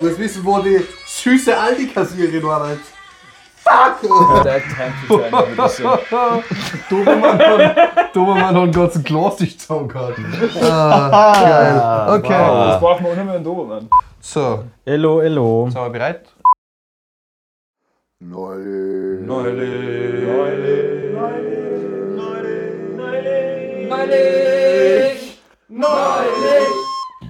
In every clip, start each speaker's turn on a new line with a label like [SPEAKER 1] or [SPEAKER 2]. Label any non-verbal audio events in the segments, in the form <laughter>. [SPEAKER 1] willst wissen, wo die süße Aldi-Kassiererin war, ne? Alter.
[SPEAKER 2] That time to time, würde ich sagen.
[SPEAKER 1] Dummer Mann von, dummer Mann von ganzen Glas nicht gezogen hat. <laughs> Ah, geil. Okay.
[SPEAKER 2] Das braucht man unheimlich einen Dobermann.
[SPEAKER 1] So,
[SPEAKER 3] Hello, hello.
[SPEAKER 1] sind wir bereit?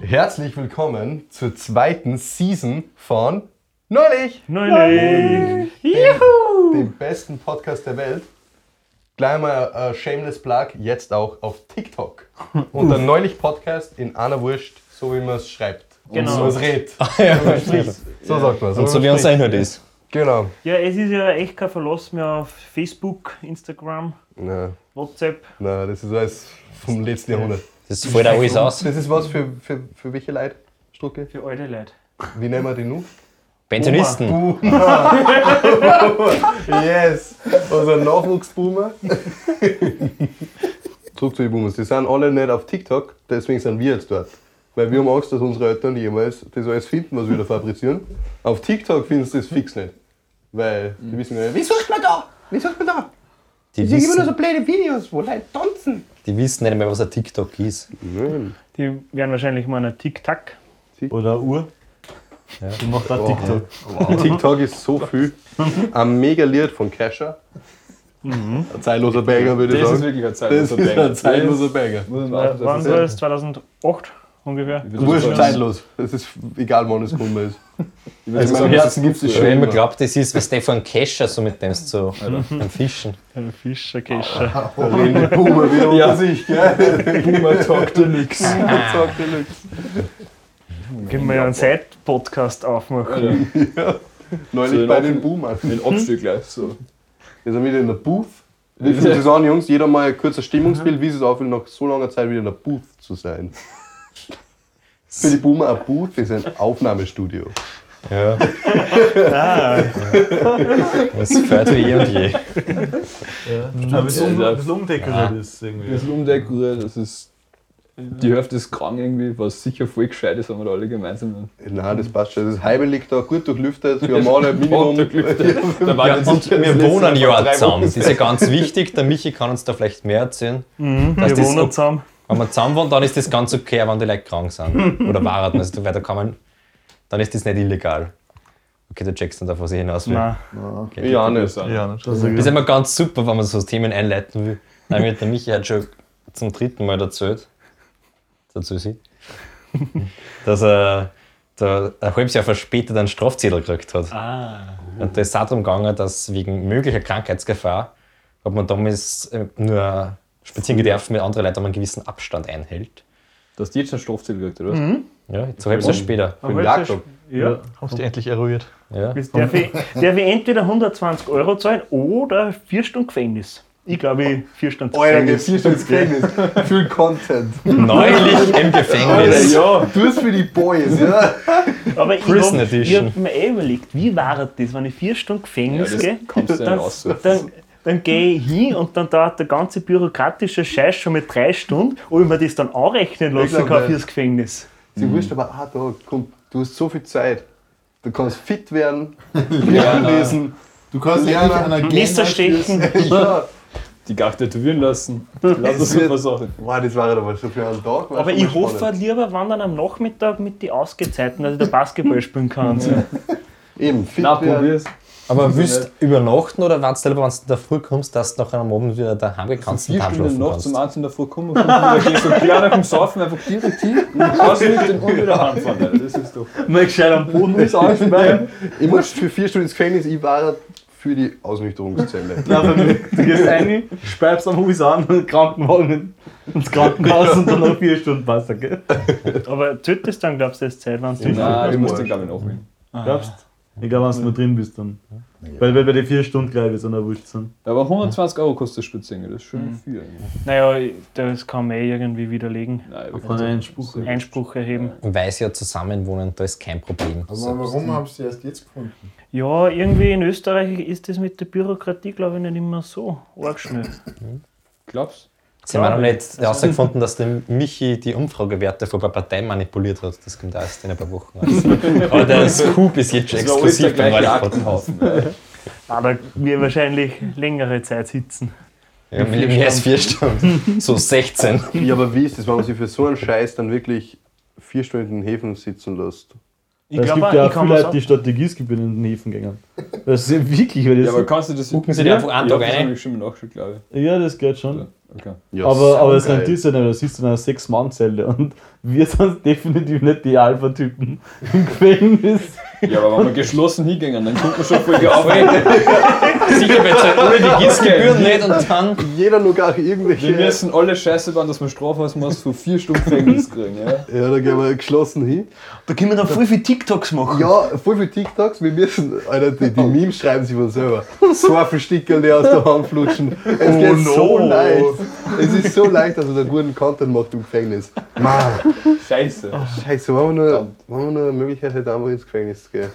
[SPEAKER 1] Herzlich willkommen zur zweiten Season von Neulich,
[SPEAKER 3] Neulich.
[SPEAKER 1] dem besten Podcast der Welt. Gleich mal äh, Shameless Plug, jetzt auch auf TikTok.
[SPEAKER 4] <laughs>
[SPEAKER 1] Unter Neulich Podcast in einer Wurst, so wie man es schreibt.
[SPEAKER 3] Genau.
[SPEAKER 1] Und so man es redet. So sagt man es.
[SPEAKER 4] Und so wie uns einhört ist.
[SPEAKER 1] Genau.
[SPEAKER 3] Ja, es ist ja echt kein Verlass mehr auf Facebook, Instagram,
[SPEAKER 1] Na,
[SPEAKER 3] WhatsApp.
[SPEAKER 1] na, das ist alles vom letzten Jahrhundert.
[SPEAKER 4] Das fällt auch alles aus.
[SPEAKER 1] Das ist was für, für, für welche Leute, Strucke?
[SPEAKER 3] Für alte Leute.
[SPEAKER 1] Wie nennen wir den nun?
[SPEAKER 4] Pensionisten.
[SPEAKER 1] Yes! Unser Nachwuchsboomer. Zurück zu den Boomers. Die sind alle nicht auf TikTok, deswegen sind wir jetzt dort. Weil wir haben Angst, dass unsere Eltern jemals das alles finden, was wir da fabrizieren. Auf TikTok finden sie das fix nicht. Weil die wissen gar nicht, wie sucht man da? Wie sucht man da?
[SPEAKER 4] Die
[SPEAKER 1] Die sehen immer nur so
[SPEAKER 4] wissen,
[SPEAKER 1] blöde Videos, wo Leute tanzen.
[SPEAKER 4] die wissen nicht mehr, was ein TikTok ist.
[SPEAKER 1] Nein.
[SPEAKER 3] Die werden wahrscheinlich mal einen Tic-Tac.
[SPEAKER 5] Oder Uhr. Die macht auch TikTok.
[SPEAKER 1] TikTok ist so viel. Ein mega Lied von Kesha. Ein zeitloser Banger, würde ich
[SPEAKER 2] Mhm. Das ist
[SPEAKER 1] sagen.
[SPEAKER 2] wirklich ein
[SPEAKER 1] Das ist
[SPEAKER 2] zeitloser
[SPEAKER 1] ein
[SPEAKER 2] Banger.
[SPEAKER 1] zeitloser Banger.
[SPEAKER 2] Muss man
[SPEAKER 3] Äh,
[SPEAKER 2] warten,
[SPEAKER 3] Wann
[SPEAKER 2] dass
[SPEAKER 3] war
[SPEAKER 2] es-
[SPEAKER 3] das? 2008 ungefähr?
[SPEAKER 2] Ich würde
[SPEAKER 1] Wurscht,
[SPEAKER 2] sagen,
[SPEAKER 1] zeitlos. Es ist egal, wann es gekommen ist.
[SPEAKER 2] ich würde sagen,
[SPEAKER 1] im
[SPEAKER 2] das
[SPEAKER 1] Herzen gibt's
[SPEAKER 2] ist
[SPEAKER 1] es
[SPEAKER 4] Wenn
[SPEAKER 1] schon.
[SPEAKER 4] man glaubt, das ist, was der von Kescher so mit dem so beim Fischen.
[SPEAKER 3] Ein Fischer, Kescher.
[SPEAKER 1] Da reden die Boomer wieder
[SPEAKER 2] <laughs> Ja.
[SPEAKER 1] unter sich, gell? <laughs>
[SPEAKER 2] Boomer Talk Deluxe.
[SPEAKER 1] Sagt der Lux.
[SPEAKER 3] Können wir ja einen Side-Podcast aufmachen.
[SPEAKER 2] Ja,
[SPEAKER 1] Neulich
[SPEAKER 2] So
[SPEAKER 1] bei
[SPEAKER 2] in
[SPEAKER 1] den
[SPEAKER 2] Ordnung.
[SPEAKER 1] Boomern.
[SPEAKER 2] Ein Abstück gleich. So.
[SPEAKER 1] Wir sind wieder in der Booth. Wir fühlen uns an, Jungs, jeder mal ein kurzes
[SPEAKER 2] Mhm.
[SPEAKER 1] Stimmungsbild, wie es aufhört, nach so langer Zeit wieder in der Booth zu sein. Für die Boomer ein Booth ist ein Aufnahmestudio.
[SPEAKER 4] Ja. Das gefällt mir eh und je.
[SPEAKER 5] Ja, das
[SPEAKER 2] um- das
[SPEAKER 5] ist umdeckeriert ist
[SPEAKER 2] Das
[SPEAKER 5] irgendwie.
[SPEAKER 2] ist umdekoriert, das ist. Die Hälfte ist krank irgendwie, was sicher voll gescheit ist, haben wir da alle gemeinsam.
[SPEAKER 1] Nein, das passt schon. Das Heibe liegt da gut durchlüftet. Wir haben alle Minimum. <laughs>
[SPEAKER 2] Durchlüftet. Da war
[SPEAKER 4] Ja,
[SPEAKER 2] das
[SPEAKER 4] und
[SPEAKER 2] sicher das
[SPEAKER 4] wir
[SPEAKER 2] letzte
[SPEAKER 4] wohnen
[SPEAKER 2] Mal
[SPEAKER 4] ja
[SPEAKER 2] vor
[SPEAKER 4] auch
[SPEAKER 2] drei
[SPEAKER 4] zusammen.
[SPEAKER 2] Wochen.
[SPEAKER 4] Das ist ja ganz wichtig. Der Michi kann uns da vielleicht mehr erzählen. Dass
[SPEAKER 3] Mhm, Wir
[SPEAKER 4] das
[SPEAKER 3] wohnen
[SPEAKER 4] ob-
[SPEAKER 3] zusammen.
[SPEAKER 4] Wenn wir zusammen wohnen, dann ist das ganz okay, wenn die Leute krank sind. Oder warten. Also, weil da kann man, dann ist das nicht illegal. Okay, du checkst nicht auf, was ich hinaus will.
[SPEAKER 3] Nein.
[SPEAKER 4] Okay.
[SPEAKER 1] Ja, nicht.
[SPEAKER 5] Ja, das
[SPEAKER 4] Das
[SPEAKER 5] ist
[SPEAKER 4] ist immer ganz super, wenn man so Themen einleiten will. Nein, mir hat der Michi hat schon zum dritten Mal erzählt, dazu sie, dass er da ein halbes Jahr verspätet einen Strafzettel gekriegt hat.
[SPEAKER 2] Ah.
[SPEAKER 4] Und da ist es auch darum gegangen, dass wegen möglicher Krankheitsgefahr hat man damals äh, nur spazieren gedürfen mit anderen Leuten, wenn man einen gewissen Abstand einhält.
[SPEAKER 2] Dass die jetzt schon Strafzettel gekriegt, oder was?
[SPEAKER 4] Ja, jetzt ein halbes
[SPEAKER 2] Oh.
[SPEAKER 4] Jahr später.
[SPEAKER 1] Für den Jakob.
[SPEAKER 3] Ja.
[SPEAKER 5] Hast du endlich eruiert.
[SPEAKER 4] Ja.
[SPEAKER 3] Jetzt darf ich, darf ich entweder 120 Euro zahlen oder 4 Stunden Gefängnis. Ich glaube, ich 4 Stunden
[SPEAKER 1] Euer
[SPEAKER 3] Gefängnis.
[SPEAKER 1] Gefängnis. Viel Content.
[SPEAKER 4] Neulich im Gefängnis.
[SPEAKER 2] Oh, Ja,
[SPEAKER 1] Du bist für die Boys, ja?
[SPEAKER 3] Aber ich
[SPEAKER 4] Prison
[SPEAKER 3] hab- ich
[SPEAKER 4] Edition.
[SPEAKER 3] hab mir eh überlegt, wie war das, wenn ich vier Stunden Gefängnis
[SPEAKER 2] Ja, das
[SPEAKER 3] gehe?
[SPEAKER 2] kannst du ja
[SPEAKER 3] dann,
[SPEAKER 2] nicht aussuchen.
[SPEAKER 3] dann, dann gehe ich hin und dann dauert der ganze bürokratische Scheiß schon mit drei Stunden, ob ich mir das dann anrechnen lassen
[SPEAKER 1] glaub
[SPEAKER 3] kann
[SPEAKER 1] nicht.
[SPEAKER 3] fürs Gefängnis.
[SPEAKER 1] Sie wurscht aber, ah, da, komm, du hast so viel Zeit. Du kannst fit werden,
[SPEAKER 2] Ja,
[SPEAKER 1] Bücher
[SPEAKER 2] nein.
[SPEAKER 1] lesen. Ah.
[SPEAKER 5] Du kannst
[SPEAKER 1] Ja,
[SPEAKER 5] endlich
[SPEAKER 1] nein.
[SPEAKER 5] an einer
[SPEAKER 1] <laughs>
[SPEAKER 3] Messer stechen.
[SPEAKER 1] Ja.
[SPEAKER 2] die Gart tätowieren
[SPEAKER 1] <laughs>
[SPEAKER 2] lassen. Lass uns
[SPEAKER 1] wird-
[SPEAKER 2] super Sachen.
[SPEAKER 1] Boah, das war ja aber so für einen Tag. war
[SPEAKER 3] Aber
[SPEAKER 1] schon
[SPEAKER 3] ich
[SPEAKER 1] mal
[SPEAKER 3] hoffe
[SPEAKER 1] spannend.
[SPEAKER 3] halt lieber, wann dann am Nachmittag mit den Ausgezeiten, dass ich da Basketball spielen kann. So.
[SPEAKER 1] Eben, fit
[SPEAKER 2] Na,
[SPEAKER 1] werden.
[SPEAKER 2] probier's.
[SPEAKER 4] Aber willst du übernachten oder warst du lieber, wenn du in der Früh kommst, dass du nach einem Abend wieder daheim kannst und
[SPEAKER 2] Also Vier Stunden um
[SPEAKER 4] heimschlafen
[SPEAKER 2] noch zum
[SPEAKER 4] kannst?
[SPEAKER 2] Einzelnen davor kommen und fünf wieder gehen.
[SPEAKER 1] <laughs>
[SPEAKER 2] So klar nach dem Saufen einfach direkt hin. Aus mit den und wieder heimfahren. Alter. Das ist doch.
[SPEAKER 3] Mal gescheit am Boden ist
[SPEAKER 2] Weil
[SPEAKER 1] Ich muss für vier Stunden ins Gefängnis, ich war halt für die Ausnüchterungszelle.
[SPEAKER 5] <laughs> Du gehst rein, speibst am Hus an, Krankenwagen ins Krankenhaus und dann noch vier Stunden Wasser, gell?
[SPEAKER 3] Aber tut das dann, glaubst du, das Zeit, wenn es
[SPEAKER 2] Nein, ich muss den glaube ich nachholen.
[SPEAKER 5] Glaubst du? Egal, wenn du nur drin bist dann. Weil, weil bei den vier Stunden gleich wird es wurscht sein.
[SPEAKER 2] Aber 120 Euro kostet das Spitzinger, das ist
[SPEAKER 4] Mhm.
[SPEAKER 2] schon viel. eigentlich.
[SPEAKER 3] Naja, das kann man eh irgendwie widerlegen.
[SPEAKER 2] Nein,
[SPEAKER 5] Auf einen Spruch.
[SPEAKER 3] Einspruch erheben.
[SPEAKER 4] Weiß ja zusammenwohnen, da ist kein Problem.
[SPEAKER 6] Aber warum haben sie erst jetzt gefunden?
[SPEAKER 3] Ja, irgendwie in Österreich ist das mit der Bürokratie, glaube ich, nicht immer so arg schnell.
[SPEAKER 2] Glaubst
[SPEAKER 4] Sie haben auch nicht herausgefunden, dass der Michi die Umfragewerte von der Partei manipuliert hat. Das kommt auch erst in ein paar Wochen
[SPEAKER 2] <laughs>
[SPEAKER 4] raus. Aber der Scoop ist jetzt schon
[SPEAKER 2] Das war alles der
[SPEAKER 4] exklusiv beim
[SPEAKER 2] gleiche
[SPEAKER 4] Waldpodcast.
[SPEAKER 3] Ah, da wir wahrscheinlich längere Zeit sitzen.
[SPEAKER 4] Ja, mehr mehr als vier Stunden.
[SPEAKER 2] <laughs>
[SPEAKER 4] So 16.
[SPEAKER 1] Ja, aber wie ist das, wenn man sich für so einen Scheiß dann wirklich vier Stunden in Häfen sitzen lässt?
[SPEAKER 3] Ich
[SPEAKER 5] Es
[SPEAKER 3] glaub
[SPEAKER 5] gibt
[SPEAKER 3] auch,
[SPEAKER 5] ja
[SPEAKER 3] ich
[SPEAKER 5] auch
[SPEAKER 3] kann
[SPEAKER 5] viele
[SPEAKER 3] mir
[SPEAKER 5] Leute, die
[SPEAKER 3] sagen,
[SPEAKER 5] Strategieskipper in den Häfen gingen. Das ist wirklich, weil
[SPEAKER 2] Ja,
[SPEAKER 5] das,
[SPEAKER 2] aber kannst du das.
[SPEAKER 4] Gucken Sie die einfach einen Tag
[SPEAKER 2] ja, Das
[SPEAKER 4] rein?
[SPEAKER 2] habe ich schon mal nachgeschaut, glaube
[SPEAKER 5] ja, das geht schon.
[SPEAKER 2] ich. Okay.
[SPEAKER 1] Ja,
[SPEAKER 5] aber aber es
[SPEAKER 1] saugeil.
[SPEAKER 5] sind die so nicht, das ist in einer Sechs-Mann-Zelle und wir sind definitiv nicht die Alpha-Typen im Gefängnis.
[SPEAKER 2] Ja, aber wenn wir geschlossen hingingen, dann kommt man schon voll
[SPEAKER 4] <laughs>
[SPEAKER 2] auf.
[SPEAKER 4] Sicher bezahlt alle die Gießgebühren nicht und dann.
[SPEAKER 1] Jeder nur gar
[SPEAKER 2] Wir
[SPEAKER 1] irgendwelche.
[SPEAKER 2] müssen alle scheiße bauen, dass wir Strafausmaß von vier Stunden Gefängnis kriegen. Ja?
[SPEAKER 1] Ja, da gehen wir geschlossen hin.
[SPEAKER 3] Da können wir dann voll viele TikToks machen.
[SPEAKER 1] Ja, voll viel TikToks. Wir müssen, Alter, die, die Memes schreiben sich von selber. So viele Stickerl, die aus der Hand flutschen. Es geht so leicht. Es ist so leicht, dass man da guten Content macht im Gefängnis. Mann,
[SPEAKER 2] Scheiße.
[SPEAKER 1] scheiße, wenn man nur, wenn man nur eine Möglichkeit hätte, einfach ins Gefängnis zu gehen.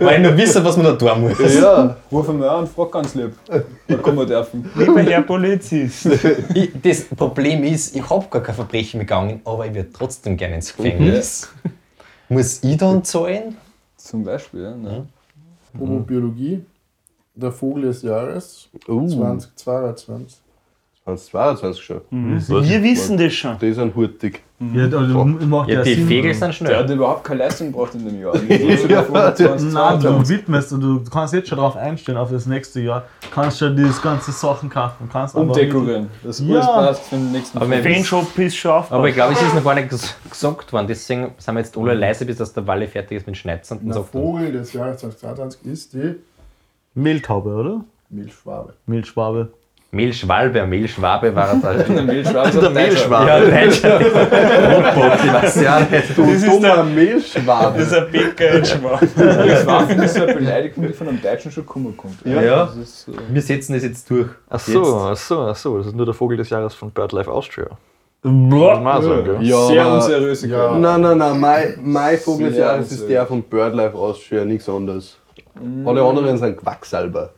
[SPEAKER 4] Weil ich nur wissen, was man da tun muss.
[SPEAKER 1] Ja,
[SPEAKER 2] Ruf einmal an, frag ganz lieb. Da kommen wir dürfen.
[SPEAKER 3] Lieber Herr Polizist.
[SPEAKER 4] Ich, das Problem ist, ich habe gar kein Verbrechen begangen, aber ich würde trotzdem gerne ins Gefängnis. Muss ich dann zahlen?
[SPEAKER 2] Zum Beispiel, ja. Ne?
[SPEAKER 6] Homo Biologie, der Vogel des Jahres,
[SPEAKER 1] Uh.
[SPEAKER 6] 2022.
[SPEAKER 1] hast 22 schon.
[SPEAKER 3] Wir wissen das schon.
[SPEAKER 1] Die sind hurtig.
[SPEAKER 5] Ja, also, macht
[SPEAKER 4] sind
[SPEAKER 2] Der hat überhaupt keine Leistung gebracht in dem Jahr.
[SPEAKER 4] <laughs>
[SPEAKER 2] Nein,
[SPEAKER 5] Nein, du widmest und du kannst jetzt schon drauf einstellen auf das nächste Jahr. Kannst schon diese ganzen Sachen kaufen. Kannst aber
[SPEAKER 2] Umdeckungen. Das
[SPEAKER 5] Ja.
[SPEAKER 2] alles passt für den nächsten
[SPEAKER 4] Aber wir-
[SPEAKER 3] Fanshop ist schon aufgebaut.
[SPEAKER 4] Aber ich glaube, es ist noch gar nicht ges- gesagt worden. Deswegen sind wir jetzt alle leise, bis dass der Walle fertig ist mit Schneidern. Und
[SPEAKER 6] Der
[SPEAKER 4] sagt dann,
[SPEAKER 6] Vogel des Jahres 2022 ist die
[SPEAKER 5] Mehltaube, oder?
[SPEAKER 6] Milchschwabe.
[SPEAKER 5] Mehlschwabe.
[SPEAKER 4] Mehlschwalbe, Mehlschwabe war er da.
[SPEAKER 2] Der Mehlschwabe. Der
[SPEAKER 4] Ja, Deutscher. Ich weiß ja nicht.
[SPEAKER 1] Du das dummer
[SPEAKER 3] das
[SPEAKER 1] Mehlschwabe.
[SPEAKER 3] ist ein Bäcker.
[SPEAKER 2] Mehlschwabe ist eine Beleidigung, die von einem Deutschen schon kommen kommt.
[SPEAKER 4] Ja.
[SPEAKER 2] Das ist, äh,
[SPEAKER 4] Wir setzen das jetzt durch.
[SPEAKER 7] Ach so, ach so, ach so. Das ist nur der Vogel des Jahres von BirdLife Austria. Muss
[SPEAKER 3] Boah.
[SPEAKER 7] man auch sagen, gell?
[SPEAKER 2] sehr
[SPEAKER 1] aber-
[SPEAKER 2] unseriöse
[SPEAKER 6] Ja.
[SPEAKER 2] Quelle.
[SPEAKER 1] Nein, nein, nein, mein, mein Vogel des
[SPEAKER 2] Sehr
[SPEAKER 1] Jahres ist
[SPEAKER 2] unseriös.
[SPEAKER 1] der von BirdLife Austria, nichts anderes.
[SPEAKER 6] Mm.
[SPEAKER 1] Alle anderen sind Quacksalber.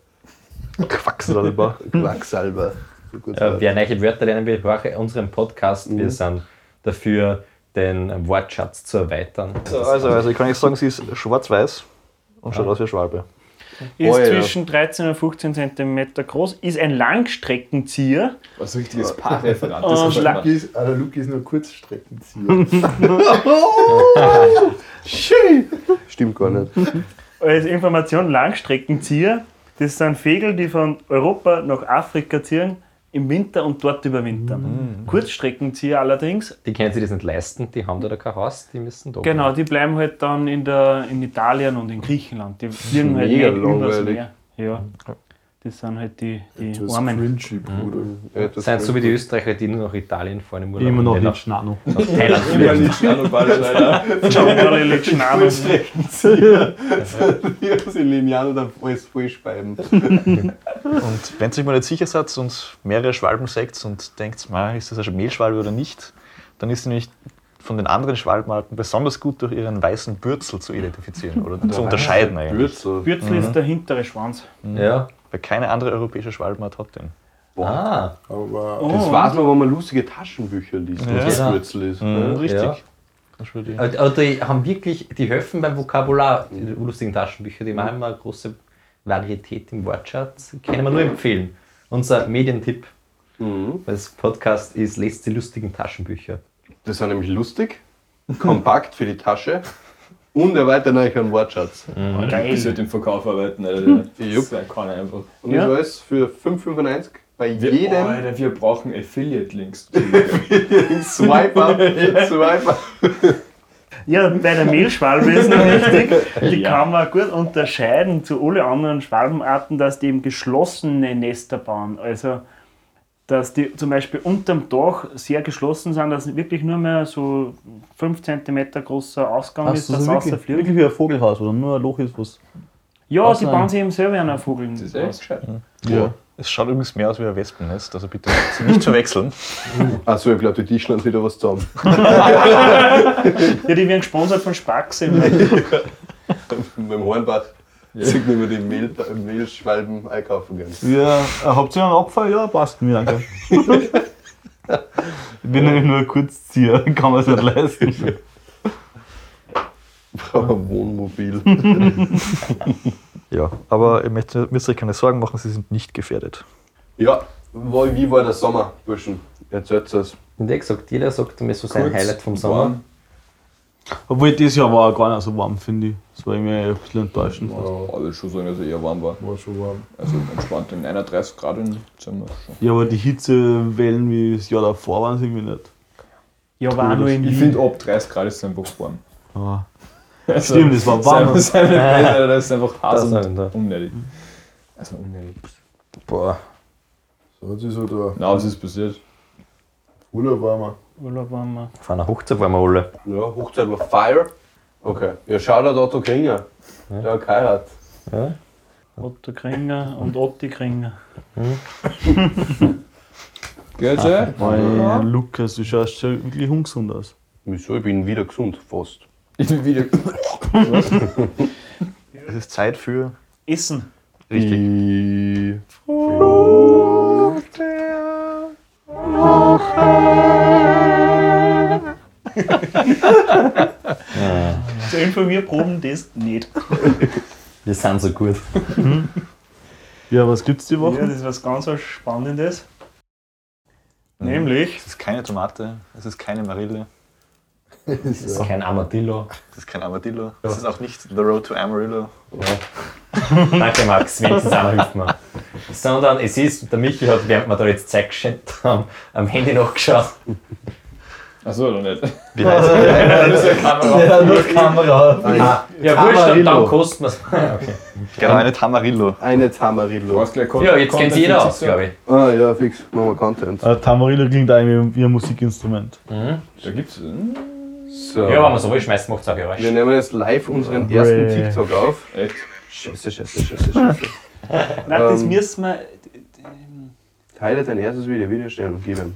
[SPEAKER 7] Quacksalber.
[SPEAKER 1] <laughs> Quacksalber. So gut
[SPEAKER 4] Äh,
[SPEAKER 1] sagen.
[SPEAKER 4] wer neue Wörter lernen will, brauche unseren Podcast. Wir sind dafür, den Wortschatz zu erweitern.
[SPEAKER 7] Also, also ich kann nicht sagen, sie ist schwarz-weiß und schaut aus wie eine Schwalbe.
[SPEAKER 3] Ist
[SPEAKER 1] Oh ja.
[SPEAKER 3] zwischen 13 und 15 cm groß, ist ein Langstreckenzieher
[SPEAKER 2] Was richtiges Paarreferat. Das
[SPEAKER 3] und
[SPEAKER 2] ist
[SPEAKER 3] la
[SPEAKER 2] schon
[SPEAKER 6] Lucky ist, ah, der Lucky ist nur
[SPEAKER 1] <laughs>
[SPEAKER 6] Kurzstreckenzieher.
[SPEAKER 1] Stimmt gar nicht.
[SPEAKER 3] als Information Langstreckenzieher. Das sind Vögel, die von Europa nach Afrika ziehen im Winter und dort
[SPEAKER 5] Mhm.
[SPEAKER 3] überwintern. Kurzstreckenzieher allerdings,
[SPEAKER 4] Die können sich das nicht leisten, die haben da kein Haus, die müssen da.
[SPEAKER 3] genau, die bleiben halt dann in, der, in Italien und in Griechenland. Die fliegen halt nicht
[SPEAKER 1] Mega
[SPEAKER 3] übers
[SPEAKER 1] langweilig.
[SPEAKER 3] Meer. Ja. Das sind halt die, die
[SPEAKER 6] Das ist
[SPEAKER 3] Armen.
[SPEAKER 6] cringy, Bruder.
[SPEAKER 1] Etwas
[SPEAKER 4] Das sind so wie die Österreicher, die nur nach Italien fahren im Urlaub.
[SPEAKER 5] Immer
[SPEAKER 4] und
[SPEAKER 5] noch
[SPEAKER 4] nicht
[SPEAKER 5] nicht Schnano.
[SPEAKER 4] nach Thailand
[SPEAKER 2] Ja, <laughs>
[SPEAKER 4] fliegen.
[SPEAKER 2] nicht Schnalloball, leider.
[SPEAKER 3] Generelle Schnabel.
[SPEAKER 6] <laughs>
[SPEAKER 1] Die haben <laughs> sie linear oder alles vollspeiben.
[SPEAKER 7] Und wenn ihr euch mal nicht sicher seid und mehrere Schwalben seht und denkt, ma, ist das eine Mehlschwalbe oder nicht, dann ist sie nämlich von den anderen Schwalbenarten besonders gut durch ihren weißen Bürzel zu identifizieren oder zu unterscheiden eigentlich.
[SPEAKER 1] Würzel.
[SPEAKER 3] Bürzel ist der hintere Schwanz.
[SPEAKER 4] Ja.
[SPEAKER 7] Weil keine andere europäische Schwalbenart hat den.
[SPEAKER 4] Ah,
[SPEAKER 6] Aber
[SPEAKER 1] Das weiß man, wenn man lustige Taschenbücher liest,
[SPEAKER 7] Ja.
[SPEAKER 1] was
[SPEAKER 4] Ja. Genau.
[SPEAKER 1] ein Würzel ist.
[SPEAKER 7] Mhm,
[SPEAKER 1] ne?
[SPEAKER 7] richtig.
[SPEAKER 4] Ja.
[SPEAKER 7] Das ist für die-
[SPEAKER 4] aber aber Äh, die haben wirklich, die helfen beim Vokabular, die lustigen Taschenbücher, die machen immer eine große Varietät im Wortschatz. Können wir nur empfehlen. Unser Medientipp
[SPEAKER 1] Mhm.
[SPEAKER 4] des Podcasts ist, lest die lustigen Taschenbücher.
[SPEAKER 1] Das sind nämlich lustig, kompakt für die Tasche und erweitern euch einen Wortschatz.
[SPEAKER 2] Ich sollte den Verkauf arbeiten, Alter.
[SPEAKER 1] Jupp.
[SPEAKER 2] Das kann ich einfach.
[SPEAKER 1] Und
[SPEAKER 3] Ja.
[SPEAKER 1] das alles für 5,95 bei
[SPEAKER 2] Wir,
[SPEAKER 1] jedem <laughs>
[SPEAKER 2] Alter, wir brauchen Affiliate-Links.
[SPEAKER 1] Swipe up, Swipe up.
[SPEAKER 3] Ja, bei der Mehlschwalbe ist noch wichtig, die
[SPEAKER 2] Ja.
[SPEAKER 3] kann man gut unterscheiden zu alle anderen Schwalbenarten, dass die eben geschlossene Nester bauen. Also, dass die zum Beispiel unterm Dach sehr geschlossen sind, dass wirklich nur mehr so 5 cm großer Ausgang
[SPEAKER 5] Hast
[SPEAKER 3] ist,
[SPEAKER 5] du
[SPEAKER 3] dass
[SPEAKER 5] das
[SPEAKER 3] so
[SPEAKER 5] wirklich,
[SPEAKER 3] rausfliegt.
[SPEAKER 5] wirklich wie ein Vogelhaus oder nur ein Loch ist, was.
[SPEAKER 3] Ja,
[SPEAKER 5] Außen-
[SPEAKER 3] die bauen sich eben selber einen Vogel.
[SPEAKER 2] Das ist echt gescheit.
[SPEAKER 1] Ja.
[SPEAKER 7] Es schaut übrigens mehr aus wie ein Wespennest, also bitte nicht verwechseln.
[SPEAKER 1] Achso, ich glaube, die Tischler haben wieder was zusammen.
[SPEAKER 3] Ja, die werden gesponsert von
[SPEAKER 1] <laughs>
[SPEAKER 3] Spax.
[SPEAKER 1] Mit dem Hornbach. Sieht man über die Mehl, Mehlschwalben einkaufen <laughs> gehen.
[SPEAKER 5] Ja, äh, habt ihr einen Opfer? Ja, passt mir, <laughs> danke. ich bin nämlich nur Kurzzieher, kann man es nicht leisten.
[SPEAKER 1] <laughs> Wohnmobil.
[SPEAKER 7] Ja, aber ihr möchte- müsst euch keine Sorgen machen, sie sind nicht gefährdet.
[SPEAKER 1] Ja, wo- wie war der Sommer, Burschen? Erzählt es.
[SPEAKER 4] Und ich gesagt, jeder sagt mir so sein
[SPEAKER 2] Kurz,
[SPEAKER 4] Highlight vom Sommer.
[SPEAKER 5] Obwohl, dieses Jahr war gar nicht so warm, finde ich. Das war irgendwie ein bisschen enttäuschend.
[SPEAKER 2] Aber ich würde schon sagen, dass es eher warm war.
[SPEAKER 6] War schon warm.
[SPEAKER 2] Also entspannt in 31 Grad im Zimmer. Schon.
[SPEAKER 5] Ja, aber die Hitzewellen wie das Jahr davor waren es irgendwie nicht.
[SPEAKER 3] Ja, war auch nur in
[SPEAKER 2] Ich
[SPEAKER 3] Wien.
[SPEAKER 2] finde, ab 30 Grad ist es einfach warm.
[SPEAKER 5] Ah.
[SPEAKER 2] Also,
[SPEAKER 5] Stimmt, es war warm.
[SPEAKER 2] Seine, seine Bilder, das ist einfach
[SPEAKER 4] Das
[SPEAKER 2] heiß
[SPEAKER 4] ist
[SPEAKER 2] und
[SPEAKER 4] ein- da.
[SPEAKER 2] unnötig. Also unnötig.
[SPEAKER 4] Boah.
[SPEAKER 6] So hat sich so der
[SPEAKER 2] Na, was ist passiert?
[SPEAKER 6] Urlaub warmer.
[SPEAKER 3] Urlaub waren wir.
[SPEAKER 4] Von einer Hochzeit waren wir alle.
[SPEAKER 1] Ja, Hochzeit war Fire. Okay. Ja, Shoutout Otto Kringer. Der hat geheiratet.
[SPEAKER 4] Ja?
[SPEAKER 3] Otto Kringer und Otti Kringer.
[SPEAKER 2] Geht's eh?
[SPEAKER 5] Mein Lukas, du schaust schon wirklich ungesund aus.
[SPEAKER 1] Wieso? Ich bin wieder gesund, fast.
[SPEAKER 2] Ich bin wieder.
[SPEAKER 7] Es ist Zeit für.
[SPEAKER 3] Essen.
[SPEAKER 7] Richtig.
[SPEAKER 3] <laughs>
[SPEAKER 1] Die
[SPEAKER 3] Zehn von mir proben das nicht.
[SPEAKER 4] Wir sind so gut.
[SPEAKER 5] Ja, was gibt's die
[SPEAKER 3] Ja,
[SPEAKER 5] Woche?
[SPEAKER 3] das ist was ganz was Spannendes. Nämlich,
[SPEAKER 7] Es ist keine Tomate, es ist keine Marille,
[SPEAKER 4] Das ist kein Armadillo.
[SPEAKER 7] es ist kein Armadillo, es ist auch nicht The Road to Amarillo.
[SPEAKER 4] <laughs> Danke, Max, wenigstens einer hilft mir. Sondern es ist, der Michi hat, während wir da jetzt Zeit geschenkt haben, am Handy nachgeschaut.
[SPEAKER 2] Achso, oder nicht?
[SPEAKER 7] Wie heißt es?
[SPEAKER 5] Ja, nur Kamera.
[SPEAKER 4] Ah, ja, wurscht, dann, dann kosten wir es.
[SPEAKER 7] Genau,
[SPEAKER 5] Äh,
[SPEAKER 7] eine Tamarillo.
[SPEAKER 1] Eine
[SPEAKER 2] Du
[SPEAKER 1] Tamarillo.
[SPEAKER 2] hast gleich
[SPEAKER 4] <laughs> Ja, jetzt kennt sie jeder aus, glaube ich.
[SPEAKER 1] Ah ja, fix. Machen wir Content.
[SPEAKER 5] Äh, Tamarillo klingt eigentlich wie ein Musikinstrument.
[SPEAKER 2] ich. Da gibt's. Hm,
[SPEAKER 1] So.
[SPEAKER 4] Ja, ne. wenn man so will, schmeißt macht es auch Geräusch.
[SPEAKER 1] Wir nehmen jetzt live unseren ersten
[SPEAKER 5] Bäh.
[SPEAKER 1] TikTok auf.
[SPEAKER 2] echt.
[SPEAKER 1] Scheiße, scheiße, scheiße, scheiße.
[SPEAKER 3] nein, das
[SPEAKER 1] Ähm.
[SPEAKER 3] müssen wir.
[SPEAKER 1] <laughs> Teile dein erstes Video, Video stellen und gib ihm.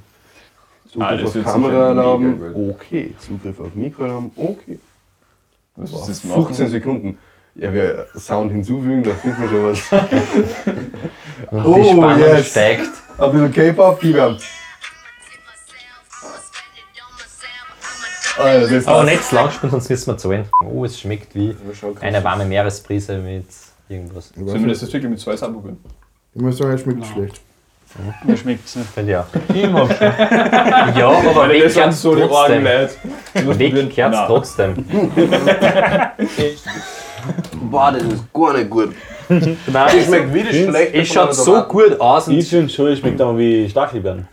[SPEAKER 1] Zugriff
[SPEAKER 2] Ah, das
[SPEAKER 1] auf
[SPEAKER 2] wird
[SPEAKER 1] Kamera
[SPEAKER 2] sicher
[SPEAKER 1] erlauben.
[SPEAKER 2] mega
[SPEAKER 1] Okay. Zugriff auf Mikro erlauben. Okay.
[SPEAKER 2] Was
[SPEAKER 1] Boah,
[SPEAKER 2] ist das
[SPEAKER 1] 15
[SPEAKER 2] machen?
[SPEAKER 1] Sekunden. Ja, wir Sound hinzufügen, da finden wir schon was.
[SPEAKER 4] Und
[SPEAKER 1] Oh,
[SPEAKER 4] die Spannung
[SPEAKER 1] yes.
[SPEAKER 4] steigt.
[SPEAKER 1] Ein bisschen K-Pop, gib ihm. Alter, das
[SPEAKER 4] Aber nicht zu lang spielen, sonst müssen wir zahlen. Oh, es schmeckt wie eine warme Meeresbrise mit irgendwas.
[SPEAKER 2] Sollen wir das jetzt wirklich mit zwei Sachen probieren?
[SPEAKER 6] Ich muss sagen, es schmeckt schlecht.
[SPEAKER 3] Mir schmeckt es nicht.
[SPEAKER 4] Finde ich auch.
[SPEAKER 5] <laughs> Immer.
[SPEAKER 4] Ja, aber
[SPEAKER 2] Weil
[SPEAKER 4] weg
[SPEAKER 2] das sind
[SPEAKER 4] gehört's
[SPEAKER 2] so die Orgen
[SPEAKER 4] trotzdem.
[SPEAKER 2] leid.
[SPEAKER 4] Weg gehört's
[SPEAKER 2] Nein.
[SPEAKER 4] trotzdem.
[SPEAKER 1] Boah, das ist gar nicht gut.
[SPEAKER 4] Nein,
[SPEAKER 1] Das schmeckt wieder schlecht.
[SPEAKER 4] es schaut so gut aus.
[SPEAKER 5] Ich
[SPEAKER 4] Und
[SPEAKER 5] finde schon, es schmeckt aber wie Stachelbeeren.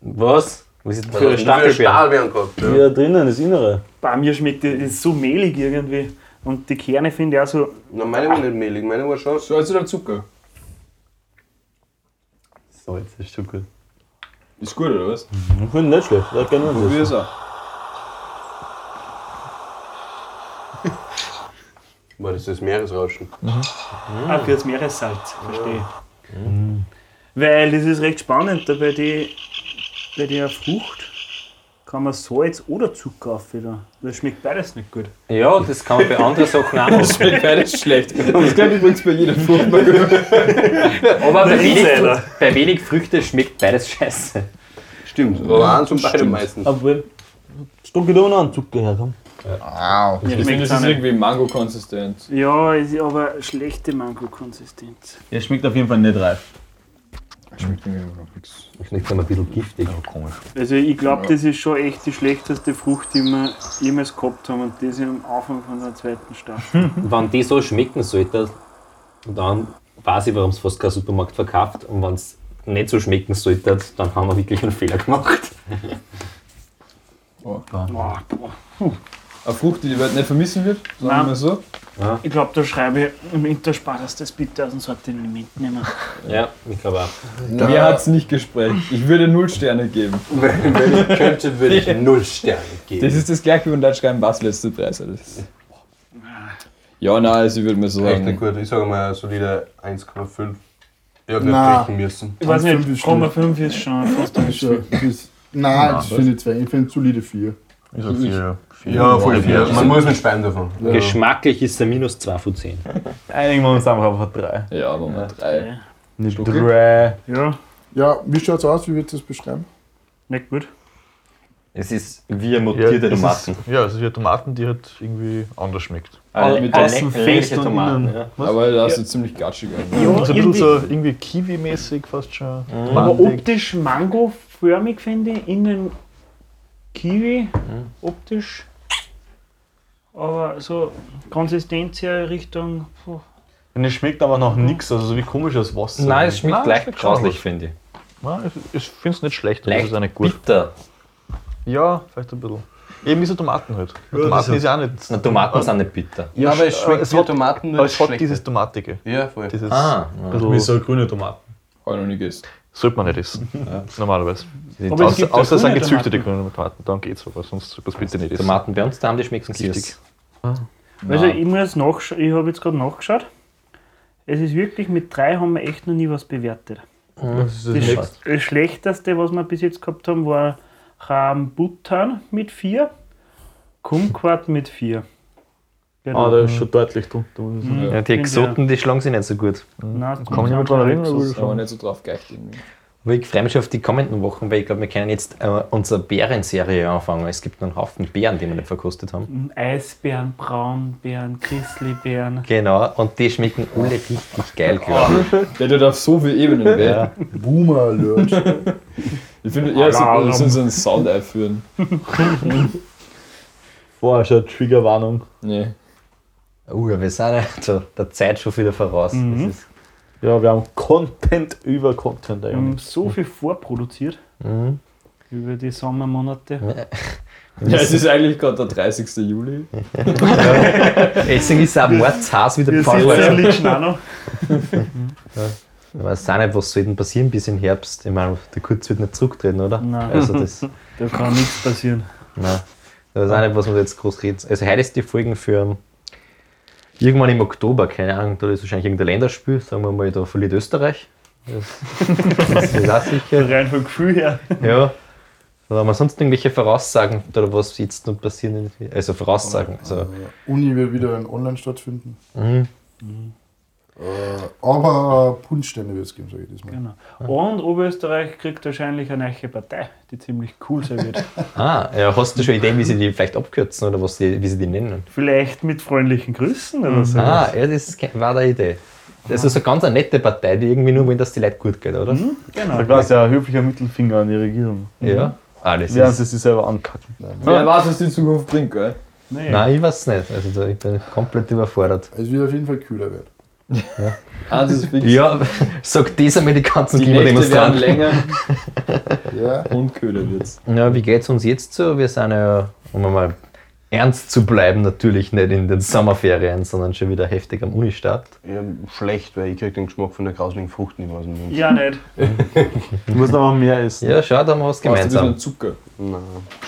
[SPEAKER 4] was? Was ist das für
[SPEAKER 1] Für
[SPEAKER 4] ein Stachelbeer?
[SPEAKER 1] Stahlbeeren gehabt. Ja.
[SPEAKER 5] Hier drinnen, das Innere.
[SPEAKER 3] Bei mir schmeckt das, das ist so mehlig irgendwie. Und die Kerne finde ich auch so.
[SPEAKER 1] Na, meine war nicht mehlig, meine war schon.
[SPEAKER 2] So, jetzt wieder Zucker.
[SPEAKER 4] So, jetzt ist schon gut.
[SPEAKER 2] Ist gut, oder was?
[SPEAKER 5] Ich finde nicht schlecht, das kann man
[SPEAKER 2] Probier
[SPEAKER 5] das.
[SPEAKER 2] es auch.
[SPEAKER 1] Boah, das ist das Meeresrauschen.
[SPEAKER 3] Ah, für das Meeressalz, verstehe.
[SPEAKER 2] Mhm.
[SPEAKER 3] Weil das ist recht spannend, da bei, die, bei der Frucht kann man Salz oder Zucker auf wieder. Das schmeckt beides nicht gut.
[SPEAKER 4] Ja, das kann man bei anderen Sachen <laughs> auch machen.
[SPEAKER 2] Schmeckt beides schlecht. Und das glaube ich übrigens bei jeder
[SPEAKER 4] <laughs>
[SPEAKER 2] Frucht.
[SPEAKER 4] Aber bei wenig,
[SPEAKER 3] Insider.
[SPEAKER 4] bei wenig Früchte schmeckt beides scheiße.
[SPEAKER 1] Stimmt. Aber eins und beide meistens.
[SPEAKER 5] Aber Stocke da unten Zucker herkommen.
[SPEAKER 2] Also Ich finde, das
[SPEAKER 3] auch
[SPEAKER 2] ist
[SPEAKER 3] nicht.
[SPEAKER 2] irgendwie Mango-Konsistent.
[SPEAKER 3] Ja, ist aber schlechte Mango-Konsistenz.
[SPEAKER 5] Es schmeckt auf jeden Fall nicht reif.
[SPEAKER 2] Schmeckt irgendwie noch nichts.
[SPEAKER 4] Schmeckt immer ein bisschen giftig.
[SPEAKER 3] Also ich glaube, das ist schon echt die schlechteste Frucht, die wir jemals gehabt haben. Und das am Anfang von der zweiten Staffel.
[SPEAKER 4] Wenn die so schmecken sollte, dann weiß ich, warum es fast kein Supermarkt verkauft. Und wenn es nicht so schmecken sollte, dann haben wir wirklich einen Fehler gemacht.
[SPEAKER 3] Boah, boah.
[SPEAKER 2] Eine Frucht, die die Welt nicht vermissen wird, sagen wir
[SPEAKER 3] Nein.
[SPEAKER 2] mal so.
[SPEAKER 3] Ich glaube, da schreibe ich im Interspar, dass das bitte aus dem Sortiment mitnehmen.
[SPEAKER 4] Ja, ich glaube auch.
[SPEAKER 2] Mir hat es nicht gespräch. Ich würde null Sterne geben.
[SPEAKER 1] Wenn, wenn ich <laughs> könnte, würde ich null Sterne
[SPEAKER 2] Das
[SPEAKER 1] geben.
[SPEAKER 2] ist das gleiche wie wenn Deutsch schreiben, was letzte Preis ist. Ja, nein, also ich würde mir so
[SPEAKER 1] Echt nicht
[SPEAKER 2] sagen.
[SPEAKER 1] gut. Ich sage mal solide 1,5. Ich hab
[SPEAKER 6] Na.
[SPEAKER 1] nicht brechen müssen.
[SPEAKER 3] Ich weiß
[SPEAKER 6] Fünf
[SPEAKER 3] nicht,
[SPEAKER 6] ist schlimm.
[SPEAKER 3] 0,5 ist schon fast
[SPEAKER 6] <laughs> Das ist, nein, das finde ich zwei. Ich finde solide vier.
[SPEAKER 7] Ich sag vier, vier.
[SPEAKER 1] Ja, voll viel. Man muss nicht speien davon.
[SPEAKER 6] Ja.
[SPEAKER 4] Geschmacklich ist der minus 2 von 10.
[SPEAKER 5] Einigen wir uns einfach auf eine drei.
[SPEAKER 2] Ja, aber mal drei.
[SPEAKER 5] Eine
[SPEAKER 2] Stucki?
[SPEAKER 5] drei.
[SPEAKER 3] Ja,
[SPEAKER 6] Ja, wie schaut's aus? Wie würdest du das beschreiben?
[SPEAKER 3] nicht gut.
[SPEAKER 8] Es ist wie eine mutierte
[SPEAKER 7] das
[SPEAKER 8] Tomaten.
[SPEAKER 7] Ist, ja, es ist wie eine Tomaten, die halt irgendwie anders schmeckt.
[SPEAKER 8] Aber mit der
[SPEAKER 5] Außen
[SPEAKER 8] leck-
[SPEAKER 5] fest
[SPEAKER 8] lächerliche
[SPEAKER 5] und
[SPEAKER 8] Tomaten.
[SPEAKER 5] innen.
[SPEAKER 8] Ja.
[SPEAKER 2] Aber da hast du ziemlich gatschig an.
[SPEAKER 3] Ja,
[SPEAKER 5] Also
[SPEAKER 7] so ein bisschen
[SPEAKER 3] irgendwie-
[SPEAKER 7] so irgendwie Kiwi-mäßig fast schon.
[SPEAKER 3] aber
[SPEAKER 7] Tomatig.
[SPEAKER 3] optisch mangoförmig finde ich, innen Kiwi, optisch. Mhm. Aber so Konsistenz her Richtung. puh.
[SPEAKER 5] Und es schmeckt aber noch nichts, also so wie komisches Wasser.
[SPEAKER 4] Nein, es schmeckt
[SPEAKER 7] Nein,
[SPEAKER 4] leicht
[SPEAKER 7] schmeckt schon
[SPEAKER 4] grauslich,
[SPEAKER 7] gut.
[SPEAKER 4] finde ich.
[SPEAKER 7] Nein, ich- ich finde es nicht schlecht, aber es
[SPEAKER 4] Leicht
[SPEAKER 7] ist auch nicht gut.
[SPEAKER 4] bitter.
[SPEAKER 7] Ja, vielleicht ein bisschen. Eben diese Tomaten halt. Tomaten ist ja auch nicht.
[SPEAKER 4] Na, Tomaten sind nicht bitter.
[SPEAKER 1] Ja, aber es schmeckt
[SPEAKER 7] es
[SPEAKER 1] wie
[SPEAKER 7] hat-
[SPEAKER 1] Tomaten,
[SPEAKER 7] Aber
[SPEAKER 1] nur
[SPEAKER 7] es hat
[SPEAKER 1] schlecht.
[SPEAKER 7] dieses Tomatige.
[SPEAKER 1] Ja, voll.
[SPEAKER 7] Dieses
[SPEAKER 4] Ah,
[SPEAKER 7] bisschen,
[SPEAKER 5] grüne Tomaten.
[SPEAKER 2] Habe ich noch nie gegessen.
[SPEAKER 7] sollte man nicht essen. Normalerweise.
[SPEAKER 3] Aber es
[SPEAKER 7] Außer,
[SPEAKER 3] gibt
[SPEAKER 7] außer es sind
[SPEAKER 3] grüne
[SPEAKER 7] gezüchtete grüne Tomaten, dann geht's aber. Sonst sollte man es bitte nicht essen.
[SPEAKER 4] Tomaten bei uns daheim, die schmecken
[SPEAKER 7] Giftig.
[SPEAKER 4] süß.
[SPEAKER 3] Also ich muss nachschauen, ich habe jetzt gerade nachgeschaut. Es ist wirklich, mit drei haben wir echt noch nie was bewertet.
[SPEAKER 7] Mhm.
[SPEAKER 5] Das ist
[SPEAKER 3] Das,
[SPEAKER 5] das nächste.
[SPEAKER 3] Sch das schlechteste, was wir bis jetzt gehabt haben, war Rambutan mit 4, Kumquat mit 4.
[SPEAKER 5] Ah, da ist schon deutlich drunter. muss ich
[SPEAKER 2] Mhm.
[SPEAKER 5] sagen.
[SPEAKER 4] Ja, die Exoten, die schlagen sich nicht so gut.
[SPEAKER 3] Kann
[SPEAKER 5] Mhm.
[SPEAKER 7] Kann man nicht mehr dran erinnern?
[SPEAKER 2] Da war nicht so drauf geeicht irgendwie.
[SPEAKER 4] Aber ich freue mich schon auf die kommenden Wochen, weil ich glaube, wir können jetzt äh, unsere Bärenserie anfangen. Es gibt noch einen Haufen Bären, die wir nicht verkostet haben.
[SPEAKER 3] Eisbären, Braunbären, Grizzlybären.
[SPEAKER 4] Genau, und die schmecken alle richtig geil, glaube ich.
[SPEAKER 2] Der tut auf so viel Ebenen <laughs> weh.
[SPEAKER 4] Ja.
[SPEAKER 6] Boomer Alert.
[SPEAKER 2] Ich finde, ja, sie sollen so einen Sound einführen.
[SPEAKER 5] Vorher schon Triggerwarnung.
[SPEAKER 2] Nee.
[SPEAKER 4] Uh, wir sind ja zu der Zeit schon wieder voraus. Das ist,
[SPEAKER 5] Ja, wir haben Content über Content
[SPEAKER 3] Wir haben
[SPEAKER 2] Mhm.
[SPEAKER 5] eigentlich.
[SPEAKER 3] so viel vorproduziert
[SPEAKER 7] Mhm.
[SPEAKER 3] über die Sommermonate.
[SPEAKER 2] Ja, es ist eigentlich gerade der 30. Juli.
[SPEAKER 4] deswegen ist auch Mordshaus wieder
[SPEAKER 3] Wir sind
[SPEAKER 4] gefallen.
[SPEAKER 3] ja liegen auch noch.
[SPEAKER 4] Ich weiß auch nicht, was soll denn passieren bis im Herbst? Ich meine, der Kurz wird nicht zurücktreten, oder?
[SPEAKER 3] Nein.
[SPEAKER 4] Also das, nein.
[SPEAKER 3] Da kann nichts passieren.
[SPEAKER 4] Das ist auch nicht, was man jetzt groß redet. Also heute ist die Folgen für ähm, irgendwann im Oktober, keine Ahnung, da ist wahrscheinlich irgendein Länderspiel, sagen wir mal, da verliert Österreich. Das, das ist auch
[SPEAKER 3] <laughs>
[SPEAKER 4] sicher.
[SPEAKER 3] Rein vom Gefühl her.
[SPEAKER 4] Ja. Oder haben wir sonst irgendwelche Voraussagen oder was jetzt noch passieren? wird? Also Voraussagen. Also,
[SPEAKER 6] Uni wird wieder in online stattfinden.
[SPEAKER 4] mhm.
[SPEAKER 6] Äh, Aber Punschstände wird es geben, sage ich das mal.
[SPEAKER 3] Genau. Und Oberösterreich kriegt wahrscheinlich eine neue Partei, die ziemlich cool sein wird. <laughs>
[SPEAKER 4] Ah, ja, hast du schon Ideen, wie sie die vielleicht abkürzen oder was die, wie sie die nennen?
[SPEAKER 3] Vielleicht mit freundlichen Grüßen oder so.
[SPEAKER 4] Ah, ja, das ke- war die Idee. Das ist so ganz eine nette Partei, die irgendwie nur wollen, dass die Leute gut geht, oder?
[SPEAKER 2] Mhm.
[SPEAKER 5] Da
[SPEAKER 3] Genau.
[SPEAKER 5] war es ja ein höflicher Mittelfinger an die Regierung.
[SPEAKER 4] Ja. Ah, das
[SPEAKER 5] Während sie
[SPEAKER 4] ist,
[SPEAKER 5] sich selber ankacken.
[SPEAKER 2] Wer weiß, was die Zukunft bringt, gell?
[SPEAKER 3] Nee.
[SPEAKER 4] nein, ich weiß nicht. Also da, ich bin komplett überfordert.
[SPEAKER 6] Es wird auf jeden Fall kühler werden.
[SPEAKER 2] Eins ist fix.
[SPEAKER 4] Ja, <laughs> sagt das einmal die ganzen
[SPEAKER 2] die Nächte werden
[SPEAKER 4] Klimademonstranten.
[SPEAKER 2] länger
[SPEAKER 6] Ja,
[SPEAKER 2] und köhler wird's.
[SPEAKER 4] Ja, wie geht's uns jetzt so? Wir sind ja, um mal ernst zu bleiben, natürlich nicht in den Sommerferien, sondern schon wieder heftig am Unistart.
[SPEAKER 1] Ja, schlecht, weil ich krieg den Geschmack von der grausigen Frucht nicht mehr aus dem Mund.
[SPEAKER 3] Ja, nicht.
[SPEAKER 5] Du musst aber mehr essen.
[SPEAKER 4] Ja, schau, da haben wir was
[SPEAKER 2] Hast du ein
[SPEAKER 4] gemeinsam.
[SPEAKER 2] bisschen Zucker?
[SPEAKER 1] Nein.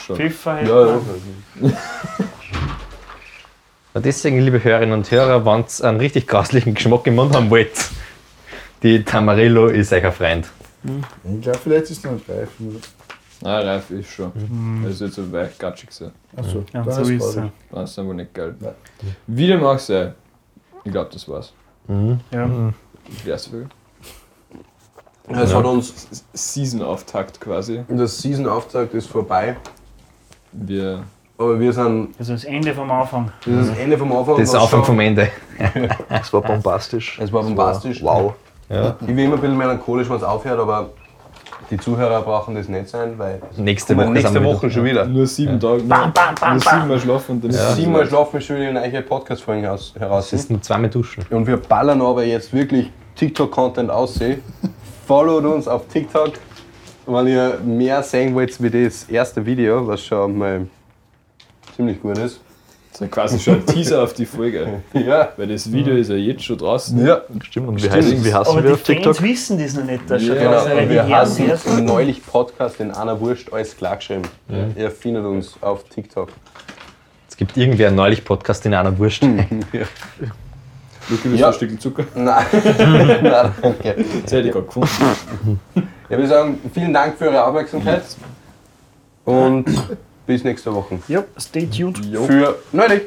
[SPEAKER 2] Schon.
[SPEAKER 3] Pfeffer hält
[SPEAKER 1] Ja, ja.
[SPEAKER 4] Und deswegen, liebe Hörerinnen und Hörer, wenn ihr einen richtig grauslichen Geschmack im Mund haben wollt, die Tamarillo ist euer Freund.
[SPEAKER 6] ich glaube, vielleicht ist es noch nicht reif. nur-
[SPEAKER 2] Nein, reif ist schon. Das ist jetzt so weich gatschig sein.
[SPEAKER 6] Achso,
[SPEAKER 3] Ja,
[SPEAKER 6] dann
[SPEAKER 3] so
[SPEAKER 6] ist
[SPEAKER 3] ist
[SPEAKER 6] es.
[SPEAKER 3] es.
[SPEAKER 6] fertig.
[SPEAKER 2] Das ist aber nicht geil.
[SPEAKER 6] Nein.
[SPEAKER 2] Wie dem auch sei. Ich glaube, das war's.
[SPEAKER 3] Ja.
[SPEAKER 2] Die erste Folge.
[SPEAKER 1] Ja, Es hat uns,
[SPEAKER 2] Season-Auftakt quasi.
[SPEAKER 1] das Season-Auftakt ist vorbei,
[SPEAKER 2] Wir
[SPEAKER 1] aber wir sind,
[SPEAKER 3] Also das Ende vom Anfang.
[SPEAKER 1] das ist das Ende vom Anfang.
[SPEAKER 4] Das ist
[SPEAKER 1] was
[SPEAKER 4] Anfang
[SPEAKER 1] schon-
[SPEAKER 4] vom Ende.
[SPEAKER 7] Es war bombastisch.
[SPEAKER 1] Es war bombastisch.
[SPEAKER 7] Wow.
[SPEAKER 4] Ja.
[SPEAKER 1] Ich bin immer ein bisschen melancholisch, wenn es aufhört, aber die Zuhörer brauchen das nicht sein, weil
[SPEAKER 4] Nächste Woche sind wir wieder-
[SPEAKER 1] wieder.
[SPEAKER 2] nur sieben Tage, nur, nur siebenmal schlafen und dann ist
[SPEAKER 1] Siebenmal schlafen wir schon wieder in eiche Podcast-Folgen heraus.
[SPEAKER 4] Es ist nur zweimal duschen.
[SPEAKER 1] Und wir ballern aber jetzt wirklich TikTok-Content aussehen. Followt uns auf TikTok, wenn ihr mehr sehen wollt wie das erste Video, was schon mal ziemlich gut ist. <laughs>
[SPEAKER 2] Das ist quasi schon ein Teaser auf die
[SPEAKER 5] <laughs>
[SPEAKER 2] Folge.
[SPEAKER 1] Ja.
[SPEAKER 2] Weil das Video ist ja jetzt schon draußen.
[SPEAKER 1] Ja,
[SPEAKER 7] Stimmt. Und wie heißen, wie
[SPEAKER 3] Aber
[SPEAKER 7] heißen wir
[SPEAKER 3] die
[SPEAKER 7] auf
[SPEAKER 3] Fans
[SPEAKER 7] TikTok?
[SPEAKER 3] wissen das noch nicht. Das
[SPEAKER 2] Ja,
[SPEAKER 1] genau.
[SPEAKER 2] ja,
[SPEAKER 1] Und
[SPEAKER 3] die
[SPEAKER 1] wir
[SPEAKER 3] Herzen erst.
[SPEAKER 1] haben neulich Podcast in einer Wurst alles klargeschrieben. Ihr findet uns auf TikTok.
[SPEAKER 4] Es gibt irgendwie einen neulich Podcast in einer Wurst.
[SPEAKER 2] Lucky, willst du
[SPEAKER 1] Ja.
[SPEAKER 2] ein Stück Zucker? <laughs>
[SPEAKER 1] Nein, Nein danke.
[SPEAKER 2] Das hätte ich gerade gefunden.
[SPEAKER 1] Ich würde sagen, vielen Dank für eure Aufmerksamkeit und Bis nächste Woche.
[SPEAKER 3] Ja, stay tuned.
[SPEAKER 1] Für neulich.